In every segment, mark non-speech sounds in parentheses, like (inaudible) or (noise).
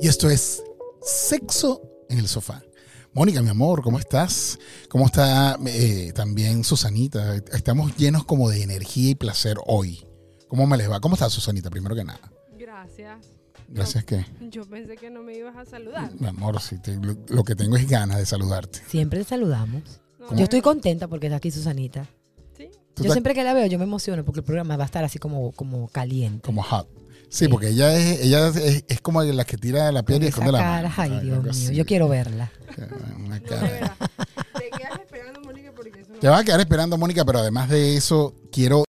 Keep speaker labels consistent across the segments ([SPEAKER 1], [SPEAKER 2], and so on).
[SPEAKER 1] Y esto es Sexo en el Sofá. Mónica, mi amor, ¿cómo estás? ¿Cómo está eh, también Susanita? Estamos llenos como de energía y placer hoy. ¿Cómo me les va? ¿Cómo estás, Susanita? Primero que nada.
[SPEAKER 2] Gracias.
[SPEAKER 1] Gracias que,
[SPEAKER 2] Yo pensé que no me ibas a saludar.
[SPEAKER 1] mi amor, si te- lo, lo que tengo es ganas de saludarte.
[SPEAKER 3] Siempre te saludamos.
[SPEAKER 2] No,
[SPEAKER 3] Yo
[SPEAKER 2] eh,
[SPEAKER 3] estoy contenta porque está aquí Susanita.
[SPEAKER 2] Sí.
[SPEAKER 1] Tú
[SPEAKER 3] Yo
[SPEAKER 1] estás
[SPEAKER 3] siempre que la veo, yo me emociono porque el programa va a estar así como, como caliente.
[SPEAKER 1] como hot. Sí, porque ella es, ella es, es como la que tira la piedra y
[SPEAKER 3] Esa
[SPEAKER 1] esconde la
[SPEAKER 3] cara,
[SPEAKER 1] mano.
[SPEAKER 3] ay, Dios
[SPEAKER 1] Algo
[SPEAKER 3] mío,
[SPEAKER 1] así.
[SPEAKER 3] yo quiero verla.
[SPEAKER 1] Una
[SPEAKER 2] No te
[SPEAKER 1] cara.
[SPEAKER 3] (laughs)
[SPEAKER 2] verás. Te quedas esperando, Mónica, porque eso no.
[SPEAKER 1] Te vas a quedar esperando, Mónica, pero además de eso, quiero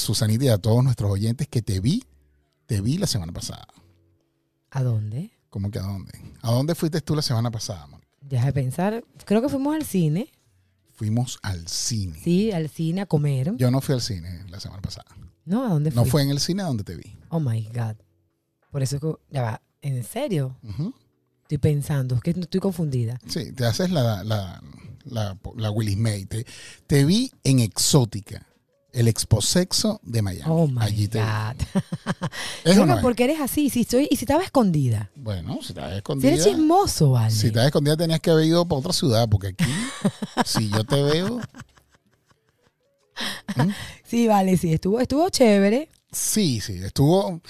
[SPEAKER 1] Susanita y a todos nuestros oyentes que te vi, te vi la semana pasada.
[SPEAKER 3] ¿A dónde?
[SPEAKER 1] ¿Cómo que a dónde? ¿A dónde fuiste tú la semana pasada, Mónica?
[SPEAKER 3] Deja de pensar. Creo que fuimos al cine.
[SPEAKER 1] Fuimos al cine.
[SPEAKER 3] Sí, al cine a comer.
[SPEAKER 1] Yo no fui al cine la semana pasada.
[SPEAKER 3] No, ¿a dónde
[SPEAKER 1] No
[SPEAKER 3] fuiste?
[SPEAKER 1] fue en el cine donde te vi.
[SPEAKER 3] Oh my God. Por eso que. Ya va. ¿En serio?
[SPEAKER 1] Ujú.
[SPEAKER 3] Estoy pensando. Es que estoy confundida.
[SPEAKER 1] Sí, te haces la, la, la, la Willis May. Te, te vi en Exótica, el exposexo de Miami.
[SPEAKER 3] Oh my
[SPEAKER 1] Allí te vi.
[SPEAKER 3] God.
[SPEAKER 1] ¿Es o
[SPEAKER 3] Oiga,
[SPEAKER 1] no es?
[SPEAKER 3] porque eres así. Si, estoy, y si estaba escondida.
[SPEAKER 1] Bueno, si estás
[SPEAKER 3] Si
[SPEAKER 1] escondida.
[SPEAKER 3] eres chismoso, ¿vale?
[SPEAKER 1] Si estás escondida tenías que haber ido para otra ciudad, porque
[SPEAKER 3] (laughs)
[SPEAKER 1] aquí, si yo te veo,
[SPEAKER 3] Sí, vale, sí. Estuvo, estuvo chévere.
[SPEAKER 1] Ah, sí, sí, estuvo...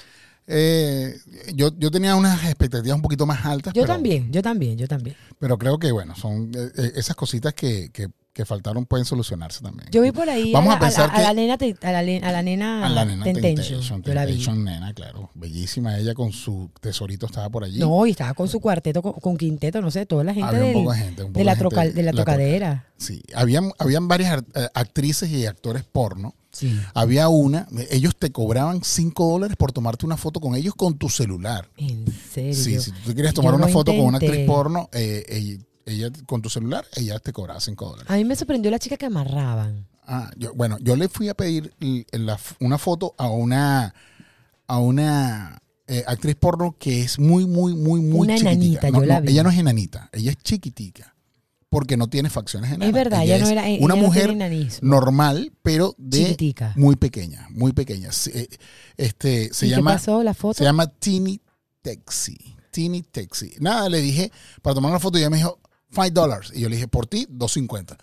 [SPEAKER 1] eh, yo, yo tenía unas expectativas un poquito más altas.
[SPEAKER 3] Yo
[SPEAKER 1] pero,
[SPEAKER 3] también, yo también, yo también.
[SPEAKER 1] Pero creo que, bueno, son eh, eh, esas cositas que, que- que faltaron pueden solucionarse también.
[SPEAKER 3] Yo vi por ahí
[SPEAKER 1] Vamos a
[SPEAKER 3] a, la-
[SPEAKER 1] pensar
[SPEAKER 3] a la, a
[SPEAKER 1] que-
[SPEAKER 3] la nena, te- a la, le- a la nena,
[SPEAKER 1] a la nena
[SPEAKER 3] Tentation.
[SPEAKER 1] Temptation,
[SPEAKER 3] Yo la vi.
[SPEAKER 1] Temptation, nena, claro. Bellísima ella con su tesorito estaba por allí.
[SPEAKER 3] No, y estaba con su cuarteto, con, con quinteto, no sé, toda la gente
[SPEAKER 1] Había un
[SPEAKER 3] del-
[SPEAKER 1] poco de gente. un poco
[SPEAKER 3] de, la
[SPEAKER 1] gente-
[SPEAKER 3] troca- de la
[SPEAKER 1] troca-
[SPEAKER 3] tocadera.
[SPEAKER 1] Sí, habían, habían varias ar- eh, actrices y actores porno.
[SPEAKER 3] Sí.
[SPEAKER 1] Había una, ellos te cobraban 5 dólares por tomarte una foto con ellos con tu celular.
[SPEAKER 3] En serio.
[SPEAKER 1] Sí, si tú querías tomar
[SPEAKER 3] Yo
[SPEAKER 1] una
[SPEAKER 3] lo
[SPEAKER 1] foto con una actriz
[SPEAKER 3] intenté.
[SPEAKER 1] porno, eh, ella, ella con tu celular, ella te cobraba 5 dólares.
[SPEAKER 3] A mí me sorprendió la chica que amarraban.
[SPEAKER 1] Ah, yo- bueno, yo le fui a pedir l- la f- una foto a una, a una eh, actriz porno que es muy, muy, muy, muy
[SPEAKER 3] Una
[SPEAKER 1] chiquitica.
[SPEAKER 3] enanita,
[SPEAKER 1] No,
[SPEAKER 3] yo la
[SPEAKER 1] no,
[SPEAKER 3] vi.
[SPEAKER 1] Ella no es enanita, ella es chiquitica. Porque no tiene facciones enanas.
[SPEAKER 3] es verdad, ella, no
[SPEAKER 1] es
[SPEAKER 3] era ella
[SPEAKER 1] una
[SPEAKER 3] no
[SPEAKER 1] mujer
[SPEAKER 3] tiene enanismo.
[SPEAKER 1] normal, pero de
[SPEAKER 3] chiquitica.
[SPEAKER 1] muy pequeña, muy pequeña. Se- eh, Este, se
[SPEAKER 3] ¿Y qué
[SPEAKER 1] llama
[SPEAKER 3] pasó la foto?
[SPEAKER 1] se llama Tini Texi. Tini Texi. Nada, le dije, para tomar una foto, y ella me dijo, $5. dólares. Y yo le dije, por ti, 250.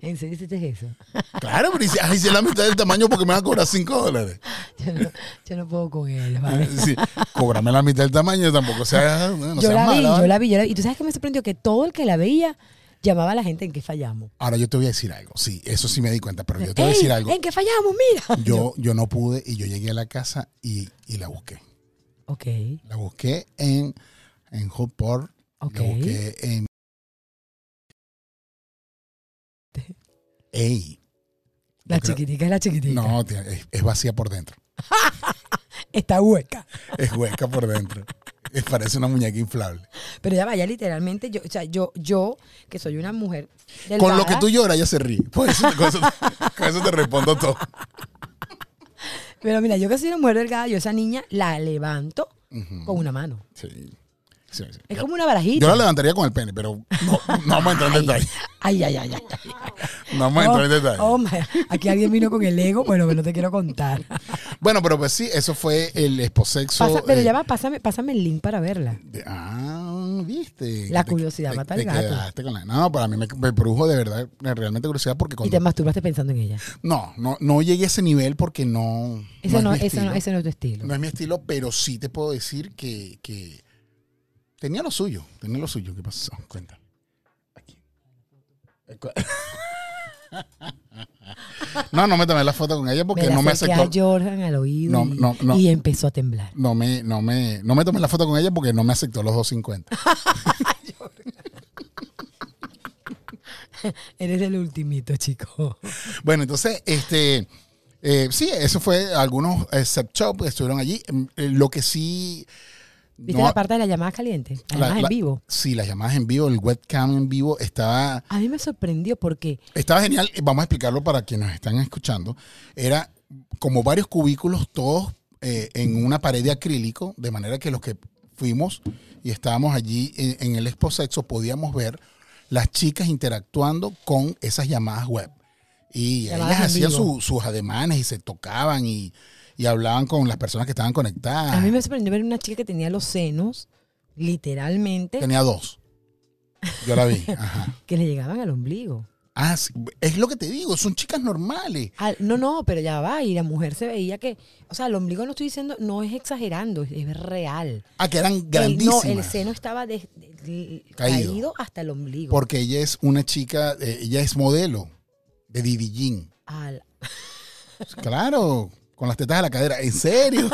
[SPEAKER 3] ¿En serio hiciste eso? (laughs)
[SPEAKER 1] Claro, pero dice, ay, si es la mitad del tamaño, porque me van a cobrar 5 dólares?
[SPEAKER 3] Yo no, yo no puedo con él, ¿vale?
[SPEAKER 1] Sí, cóbrame la mitad del tamaño, tampoco sea,
[SPEAKER 3] (laughs)
[SPEAKER 1] no
[SPEAKER 3] yo,
[SPEAKER 1] seas
[SPEAKER 3] la vi,
[SPEAKER 1] mala, ¿vale?
[SPEAKER 3] yo la vi, yo la vi. Y tú sabes que me sorprendió que todo el que la veía llamaba a la gente en que fallamos.
[SPEAKER 1] Ahora yo te voy a decir algo, sí, eso sí me di cuenta, pero yo te voy a
[SPEAKER 3] Ey,
[SPEAKER 1] decir algo.
[SPEAKER 3] ¿En que fallamos? Mira.
[SPEAKER 1] Yo, yo no pude y yo llegué a la casa y, y la busqué.
[SPEAKER 3] Ok,
[SPEAKER 1] La busqué en, en Hotport,
[SPEAKER 3] ok.
[SPEAKER 1] la busqué en... Ey,
[SPEAKER 3] La
[SPEAKER 1] yo creo-
[SPEAKER 3] chiquitica es la chiquitica.
[SPEAKER 1] No, tía, es, es vacía por dentro.
[SPEAKER 3] Está hueca.
[SPEAKER 1] Es hueca por dentro. (laughs) Es- parece una muñeca inflable.
[SPEAKER 3] Pero ya vaya, literalmente, yo, o sea, yo, yo, que soy una mujer.
[SPEAKER 1] Con
[SPEAKER 3] delgada,
[SPEAKER 1] lo que tú lloras, ella se ríe. Por eso- con, eso, con eso te respondo todo.
[SPEAKER 3] Pero mira, yo que soy una mujer delgada, yo esa niña la levanto
[SPEAKER 1] Ujú.
[SPEAKER 3] con una mano.
[SPEAKER 1] Sí. Sí, sí.
[SPEAKER 3] Es
[SPEAKER 1] Yo-
[SPEAKER 3] como una barajita.
[SPEAKER 1] Yo la levantaría con el pene, pero no, no vamos a entrar en detalle.
[SPEAKER 3] Ay, ay, ay, ay.
[SPEAKER 1] (laughs)
[SPEAKER 3] ay.
[SPEAKER 1] No vamos a entrar en detalle.
[SPEAKER 3] Oh, oh my. Aquí alguien vino con el ego, bueno, no te
[SPEAKER 1] (laughs)
[SPEAKER 3] quiero contar.
[SPEAKER 1] Bueno, pero pues sí, eso fue el esposexo.
[SPEAKER 3] Pasa- pero
[SPEAKER 1] eh,
[SPEAKER 3] ya va, pásame, pásame el link para verla.
[SPEAKER 1] de- ah, viste.
[SPEAKER 3] La
[SPEAKER 1] Que
[SPEAKER 3] curiosidad
[SPEAKER 1] te-
[SPEAKER 3] mata
[SPEAKER 1] te
[SPEAKER 3] al gato.
[SPEAKER 1] quedaste con la- no, para mí me, me produjo de verdad, realmente curiosidad porque
[SPEAKER 3] Y te
[SPEAKER 1] cuando...
[SPEAKER 3] masturbaste pensando en ella.
[SPEAKER 1] No, no, no llegué a ese nivel porque no...
[SPEAKER 3] Eso no,
[SPEAKER 1] es mi
[SPEAKER 3] eso no,
[SPEAKER 1] estilo.
[SPEAKER 3] ese no es tu estilo.
[SPEAKER 1] No es mi estilo, pero sí te puedo decir que, que tenía lo suyo. Tenía lo suyo. ¿Qué pasó? Cuenta. Aquí. Eh, cu- (laughs) No, no me tomé la foto con ella porque
[SPEAKER 3] me la
[SPEAKER 1] no me
[SPEAKER 3] acerqué a
[SPEAKER 1] aceptó.
[SPEAKER 3] Jordan al oído
[SPEAKER 1] No,
[SPEAKER 3] y,
[SPEAKER 1] no, no.
[SPEAKER 3] y empezó a temblar.
[SPEAKER 1] No me, no me, no me tomé la foto con ella porque no me aceptó los 250.
[SPEAKER 3] Eres el ultimito, chico.
[SPEAKER 1] Bueno, entonces, este, eh, sí, eso fue algunos eh, sex shop que estuvieron allí. Mm, eh, Lo que sí.
[SPEAKER 3] ¿Viste
[SPEAKER 1] no-
[SPEAKER 3] la parte de las llamadas calientes? Las
[SPEAKER 1] la-
[SPEAKER 3] llamadas
[SPEAKER 1] la-
[SPEAKER 3] en vivo.
[SPEAKER 1] Sí, las llamadas en vivo, el webcam en vivo estaba.
[SPEAKER 3] A mí me sorprendió porque
[SPEAKER 1] Estaba genial, y vamos a explicarlo para quienes nos están escuchando. Era como varios cubículos, todos eh, en una pared de acrílico, de manera que los que fuimos y estábamos allí en, en el Expo Sexo podíamos ver las chicas interactuando con esas llamadas web. Y
[SPEAKER 3] Llamadas
[SPEAKER 1] ellas
[SPEAKER 3] en
[SPEAKER 1] hacían
[SPEAKER 3] vivo.
[SPEAKER 1] su- sus ademanes y se tocaban y, y hablaban con las personas que estaban
[SPEAKER 3] A mí
[SPEAKER 1] conectadas.
[SPEAKER 3] me sorprendió ver una chica que tenía los senos, literalmente,
[SPEAKER 1] Tenía dos. Yo la vi. Ajá.
[SPEAKER 3] que le llegaban al ombligo.
[SPEAKER 1] Ah, sí, es lo que te digo, son chicas normales.
[SPEAKER 3] Al- no, no, pero ya va, y la mujer se veía que, o sea, el ombligo no estoy diciendo, no es exagerando, es, es real.
[SPEAKER 1] Ah, que eran
[SPEAKER 3] El- no,
[SPEAKER 1] grandísimas.
[SPEAKER 3] el seno estaba de- de- de-
[SPEAKER 1] Caído.
[SPEAKER 3] caído. hasta el ombligo.
[SPEAKER 1] Porque ella es una chica, eh, ella es modelo de Didi Jean.
[SPEAKER 3] Al-
[SPEAKER 1] Claro, con las tetas a la cadera, en
[SPEAKER 3] (laughs)
[SPEAKER 1] serio.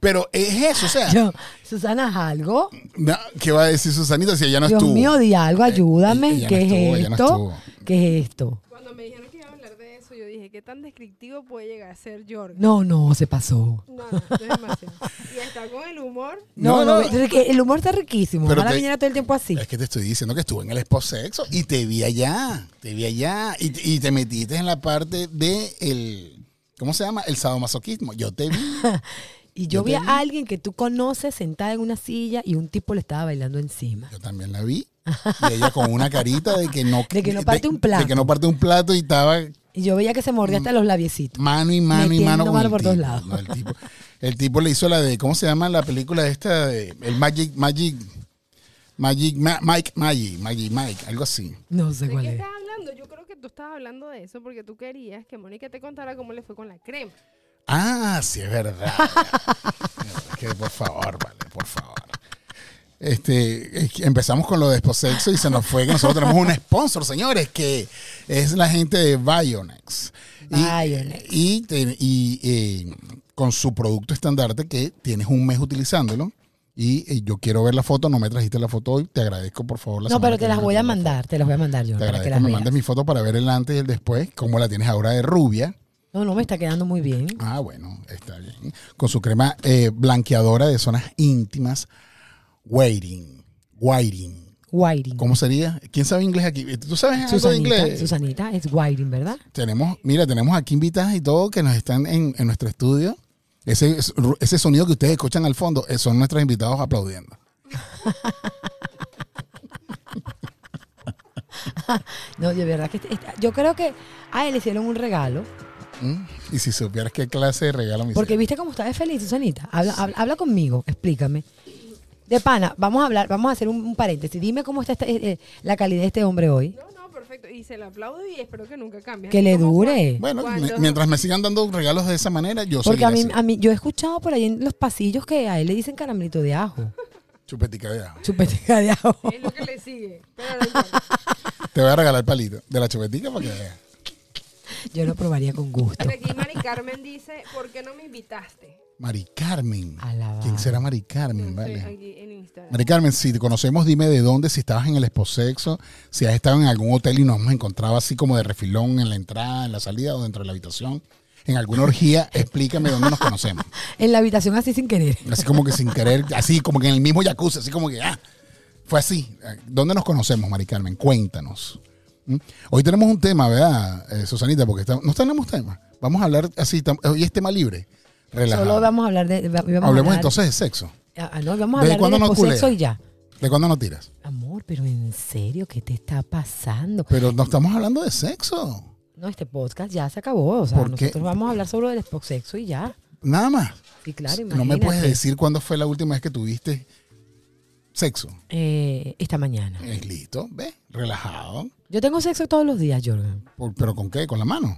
[SPEAKER 1] Pero es eso, o sea,
[SPEAKER 3] Yo, Susana, ¿haz algo?
[SPEAKER 1] na- ¿qué va a decir Susanita si ella no
[SPEAKER 3] Dios
[SPEAKER 1] estuvo? Eh,
[SPEAKER 3] mío, di algo, ayúdame.
[SPEAKER 1] ella no
[SPEAKER 3] ¿Qué
[SPEAKER 1] estuvo,
[SPEAKER 3] es
[SPEAKER 1] ella no
[SPEAKER 3] esto?
[SPEAKER 1] estuvo.
[SPEAKER 3] ¿Qué es esto?
[SPEAKER 2] Cuando me dijeron que iba a hablar de eso, yo dije, ¿qué tan descriptivo puede llegar a ser Jordan?
[SPEAKER 3] No, no, se pasó.
[SPEAKER 2] No, no, esto es demasiado. y está con el humor.
[SPEAKER 1] No,
[SPEAKER 3] No, no,
[SPEAKER 1] no.
[SPEAKER 3] pero es que el humor está riquísimo.
[SPEAKER 1] Pero
[SPEAKER 3] Ojalá
[SPEAKER 1] te-
[SPEAKER 3] viniera todo el tiempo así.
[SPEAKER 1] Es que te estoy diciendo que estuve en el Expo Sexo y te vi allá, te vi allá y, te- y te metiste en la parte de el, ¿cómo se llama? El sadomasoquismo. Yo te vi.
[SPEAKER 3] Y yo
[SPEAKER 1] Yo
[SPEAKER 3] vi
[SPEAKER 1] te
[SPEAKER 3] a
[SPEAKER 1] vi.
[SPEAKER 3] alguien que tú conoces sentada en una silla y un tipo le estaba bailando encima.
[SPEAKER 1] Yo también la vi. Y ella con una carita de que no,
[SPEAKER 3] (laughs) De que no parte un plato.
[SPEAKER 1] De que no parte un plato y estaba
[SPEAKER 3] Y yo veía que se
[SPEAKER 1] Mm.
[SPEAKER 3] mordía hasta los labiecitos.
[SPEAKER 1] mano y mano y
[SPEAKER 3] Metiendo
[SPEAKER 1] mano con
[SPEAKER 3] mano
[SPEAKER 1] el
[SPEAKER 3] por
[SPEAKER 1] tipo,
[SPEAKER 3] todos lados.
[SPEAKER 1] ¿no? El tipo, el tipo le hizo la de, ¿cómo se llama la película esta? De, el Magic, Magic, Magic, Ma- Mike, Magic, Magic, Mike, algo así.
[SPEAKER 3] No sé
[SPEAKER 2] ¿De
[SPEAKER 3] cuál
[SPEAKER 2] qué
[SPEAKER 3] es.
[SPEAKER 2] estás hablando? Yo creo que tú estabas hablando de eso porque tú querías que Mónica te contara cómo le fue con la crema.
[SPEAKER 1] Ah, sí, es verdad. (laughs) que por favor, vale, por favor. Este, es que empezamos con lo de Exposexo y se nos fue que nosotros tenemos un sponsor, señores, que es la gente de Bionex. Y-
[SPEAKER 3] Bionex.
[SPEAKER 1] Y, te- y, eh, con su producto estandarte que tienes un mes utilizándolo. Y eh, yo quiero ver la foto, no me trajiste la foto hoy, te agradezco por favor la
[SPEAKER 3] No,
[SPEAKER 1] semana
[SPEAKER 3] pero
[SPEAKER 1] que
[SPEAKER 3] te las
[SPEAKER 1] viene
[SPEAKER 3] voy a
[SPEAKER 1] la foto.
[SPEAKER 3] mandar, te las voy a mandar yo
[SPEAKER 1] Te
[SPEAKER 3] para que
[SPEAKER 1] agradezco,
[SPEAKER 3] las
[SPEAKER 1] me
[SPEAKER 3] veas.
[SPEAKER 1] mandes mi foto para ver el antes y el después, como la tienes ahora de rubia.
[SPEAKER 3] No, no, me está quedando muy bien.
[SPEAKER 1] Ah, bueno, está bien. Con su crema eh, blanqueadora de zonas íntimas, Whiting. Whiting.
[SPEAKER 3] Whiting.
[SPEAKER 1] ¿Cómo sería? ¿Quién sabe inglés aquí? ¿Tú sabes algo de
[SPEAKER 3] Susanita,
[SPEAKER 1] inglés?
[SPEAKER 3] Susanita, es Whiting, ¿verdad?
[SPEAKER 1] Tenemos, mira, tenemos aquí invitadas y todo que nos están en, en nuestro estudio. Ese, ese sonido que ustedes escuchan al fondo eh, son nuestros invitados aplaudiendo.
[SPEAKER 3] No, de verdad que este- este- yo creo que a él le hicieron un regalo.
[SPEAKER 1] ¿Mm? Y si supieras qué clase de regalo me
[SPEAKER 3] Porque
[SPEAKER 1] hicieron.
[SPEAKER 3] viste cómo estás feliz, Susanita. Habla, habla, habla conmigo, explícame. De pana, vamos a hablar, vamos a hacer un, un paréntesis. Dime cómo está esta- eh, eh, la calidad de este hombre hoy.
[SPEAKER 2] No, no, perfecto. Y se la aplaudo y espero que nunca cambie.
[SPEAKER 3] Que
[SPEAKER 2] Así
[SPEAKER 3] le
[SPEAKER 2] como fue.
[SPEAKER 3] dure.
[SPEAKER 1] Bueno,
[SPEAKER 2] Cuando-
[SPEAKER 1] me- mientras me sigan dando regalos de esa manera, yo soy
[SPEAKER 3] Porque a mí, a mí, yo he escuchado por ahí en los pasillos que a él le dicen caramelito
[SPEAKER 1] (laughs)
[SPEAKER 3] de ajo,
[SPEAKER 1] chupetica de ajo.
[SPEAKER 3] chupetica de ajo.
[SPEAKER 2] Es lo que le sigue. Pero no
[SPEAKER 3] (laughs)
[SPEAKER 2] importa.
[SPEAKER 1] Te voy a regalar el palito de la chupetica para que veas.
[SPEAKER 3] Yo lo probaría con gusto.
[SPEAKER 2] Por aquí Mari Carmen dice, ¿por qué no me invitaste?
[SPEAKER 1] Mari Carmen.
[SPEAKER 3] Alabado.
[SPEAKER 1] ¿Quién será Mari Carmen?
[SPEAKER 2] Estoy
[SPEAKER 1] Mm, Vale.
[SPEAKER 2] aquí en Instagram.
[SPEAKER 1] Mari Carmen, si te conocemos, dime de dónde, si estabas en el exposexo, si has estado en algún hotel y nos hemos encontrado así como de refilón en la entrada, en la salida o dentro de la habitación, en alguna
[SPEAKER 3] (laughs)
[SPEAKER 1] orgía, explícame dónde nos conocemos.
[SPEAKER 3] En la habitación así sin querer.
[SPEAKER 1] Así como que sin querer, así como que en el mismo jacuzzi, así como que, ah, fue así. ¿Dónde nos conocemos, Mari Carmen? Cuéntanos. ¿Mm? Hoy tenemos un tema, ¿verdad, eh, Susanita? Porque está- no tenemos tema. Vamos a hablar así, tam- hoy es tema libre. Relajado.
[SPEAKER 3] Solo vamos a hablar de. va- Vamos a
[SPEAKER 1] Hablemos
[SPEAKER 3] hablar-
[SPEAKER 1] entonces de sexo.
[SPEAKER 3] Ah, no, vamos a
[SPEAKER 1] ¿Desde
[SPEAKER 3] hablar
[SPEAKER 1] cuándo
[SPEAKER 3] de
[SPEAKER 1] no
[SPEAKER 3] desposexo
[SPEAKER 1] culea?
[SPEAKER 3] y ya.
[SPEAKER 1] ¿De cuándo no tiras?
[SPEAKER 3] Amor, pero en serio, ¿qué te está pasando?
[SPEAKER 1] Pero no estamos hablando de sexo.
[SPEAKER 3] No, este podcast ya se acabó. O sea,
[SPEAKER 1] ¿Por qué?
[SPEAKER 3] nosotros vamos a hablar solo del sexo y ya.
[SPEAKER 1] Nada más.
[SPEAKER 3] Sí, claro,
[SPEAKER 1] No me
[SPEAKER 3] imagínate.
[SPEAKER 1] puedes decir cuándo fue la última vez que tuviste sexo.
[SPEAKER 3] Eh, esta mañana.
[SPEAKER 1] Es listo, ¿ves? Relajado.
[SPEAKER 3] Yo tengo sexo todos los días, Jordan.
[SPEAKER 1] Por- ¿Pero con qué? ¿Con la mano?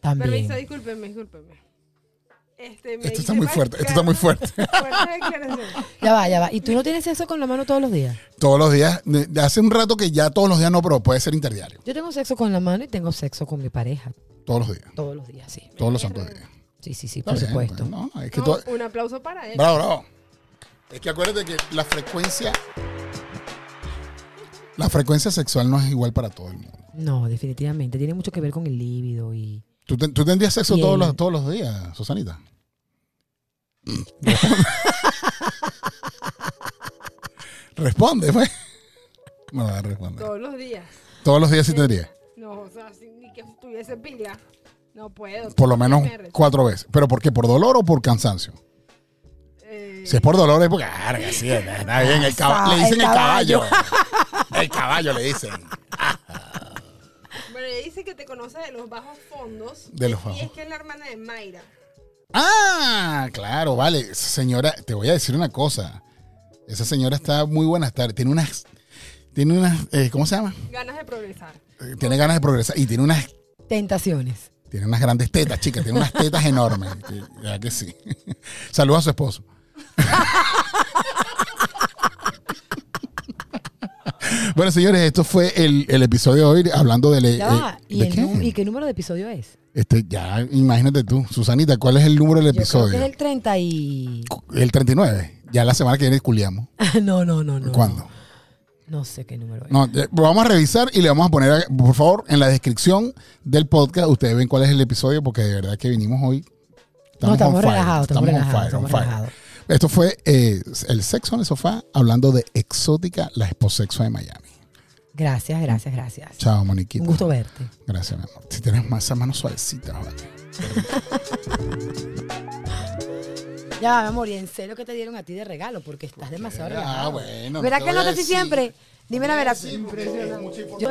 [SPEAKER 3] También.
[SPEAKER 2] Permiso, discúlpeme, discúlpeme. Este, me
[SPEAKER 1] Esto está
[SPEAKER 2] dice
[SPEAKER 1] muy
[SPEAKER 2] Mari
[SPEAKER 1] fuerte, esto está muy
[SPEAKER 2] Carmen,
[SPEAKER 1] fuerte.
[SPEAKER 2] fuerte declaración.
[SPEAKER 3] Ya va, ya va. ¿Y tú no tienes sexo con la mano todos los días?
[SPEAKER 1] Todos los días. de- de Hace un rato que ya todos los días no, pero puede ser interdiario.
[SPEAKER 3] Yo tengo sexo con la mano y tengo sexo con mi pareja.
[SPEAKER 1] Todos los días.
[SPEAKER 3] Todos los días, sí.
[SPEAKER 1] Todos los santos días.
[SPEAKER 3] Sí, sí, sí,
[SPEAKER 1] Está
[SPEAKER 3] por
[SPEAKER 1] bien,
[SPEAKER 3] supuesto.
[SPEAKER 1] pues, no, no, es (laughs) que
[SPEAKER 2] No, pues.
[SPEAKER 1] todo-
[SPEAKER 2] un aplauso para él.
[SPEAKER 1] Bravo, bravo. Es que acuérdate que la frecuencia... La frecuencia sexual no es igual para todo el mundo.
[SPEAKER 3] No, definitivamente. Tiene mucho que ver con el líbido y...
[SPEAKER 1] ¿Tú, ten- tú tendrías sexo todos
[SPEAKER 3] Bien.
[SPEAKER 1] los, todos los días, Susanita? Responde, pues. No, no responde.
[SPEAKER 2] Todos los días.
[SPEAKER 1] Todos los días sí tendría.
[SPEAKER 2] No, o sea, si- ni que tuviese pila. No puedo.
[SPEAKER 1] Por lo menos
[SPEAKER 2] Me re-
[SPEAKER 1] cuatro veces. ¿Pero por qué? ¿Por dolor o por cansancio?
[SPEAKER 2] eh,
[SPEAKER 1] Si es por dolor es porque... Ah, sí, está bien, el caba- (laughs) le dicen el caballo. El caballo le dicen.
[SPEAKER 2] Bueno, ella dice que te conoce de los bajos fondos.
[SPEAKER 1] De los
[SPEAKER 2] Y
[SPEAKER 1] bajos.
[SPEAKER 2] es que es la hermana de Mayra.
[SPEAKER 1] Ah, claro, vale. Esa señora, te voy a decir una cosa. Esa señora está muy buena tardes. Tiene unas, tiene unas, eh, ¿cómo se llama?
[SPEAKER 2] Ganas de progresar.
[SPEAKER 1] Eh, Tiene ganas de progresar y tiene unas,
[SPEAKER 3] Tentaciones.
[SPEAKER 1] tiene unas grandes tetas, chicas. Tiene unas tetas enormes. que- Ya que sí. (laughs) Saludos a su esposo. (laughs) bueno, señores, esto fue el, el episodio de hoy hablando de... le-
[SPEAKER 3] Ya
[SPEAKER 1] eh,
[SPEAKER 3] va. ¿Y,
[SPEAKER 1] ¿de
[SPEAKER 3] el
[SPEAKER 1] qué?
[SPEAKER 3] nu- ¿Y qué número de episodio es?
[SPEAKER 1] Este, ya, imagínate tú, Susanita, ¿cuál es el número del
[SPEAKER 3] Yo creo que
[SPEAKER 1] episodio?
[SPEAKER 3] es el 30 y... Ah,
[SPEAKER 1] el... 39. Ya la semana que viene culiamos.
[SPEAKER 3] no, no, no, no.
[SPEAKER 1] ¿Cuándo?
[SPEAKER 3] No sé qué número es.
[SPEAKER 1] No, ya- lo vamos a revisar y le vamos a poner, a- por favor, en la descripción del podcast, ustedes ven cuál es el episodio, porque de verdad que vinimos hoy.
[SPEAKER 3] No, estamos
[SPEAKER 1] on fire,
[SPEAKER 3] relajados, estamos
[SPEAKER 1] on
[SPEAKER 3] relajados,
[SPEAKER 1] fire,
[SPEAKER 3] estamos
[SPEAKER 1] on fire.
[SPEAKER 3] relajados.
[SPEAKER 1] Esto fue eh, El Sexo en el Sofá, hablando de Exótica, la Exposexo de Miami.
[SPEAKER 3] Gracias, gracias, gracias.
[SPEAKER 1] Chao, Moniquita.
[SPEAKER 3] Un gusto verte.
[SPEAKER 1] Gracias, mi amor. Si tienes más esa mano suavecita, vale.
[SPEAKER 3] Ya, mi amor, y en serio que te dieron a ti de regalo, porque estás demasiado
[SPEAKER 1] Ah,
[SPEAKER 3] relajado.
[SPEAKER 1] bueno, no
[SPEAKER 3] ¿Verdad
[SPEAKER 1] te
[SPEAKER 3] que
[SPEAKER 1] voy
[SPEAKER 3] no
[SPEAKER 1] a
[SPEAKER 3] te así
[SPEAKER 1] decir.
[SPEAKER 3] siempre? Dime la verdad.
[SPEAKER 1] Sí, porque es mucha
[SPEAKER 3] Yo-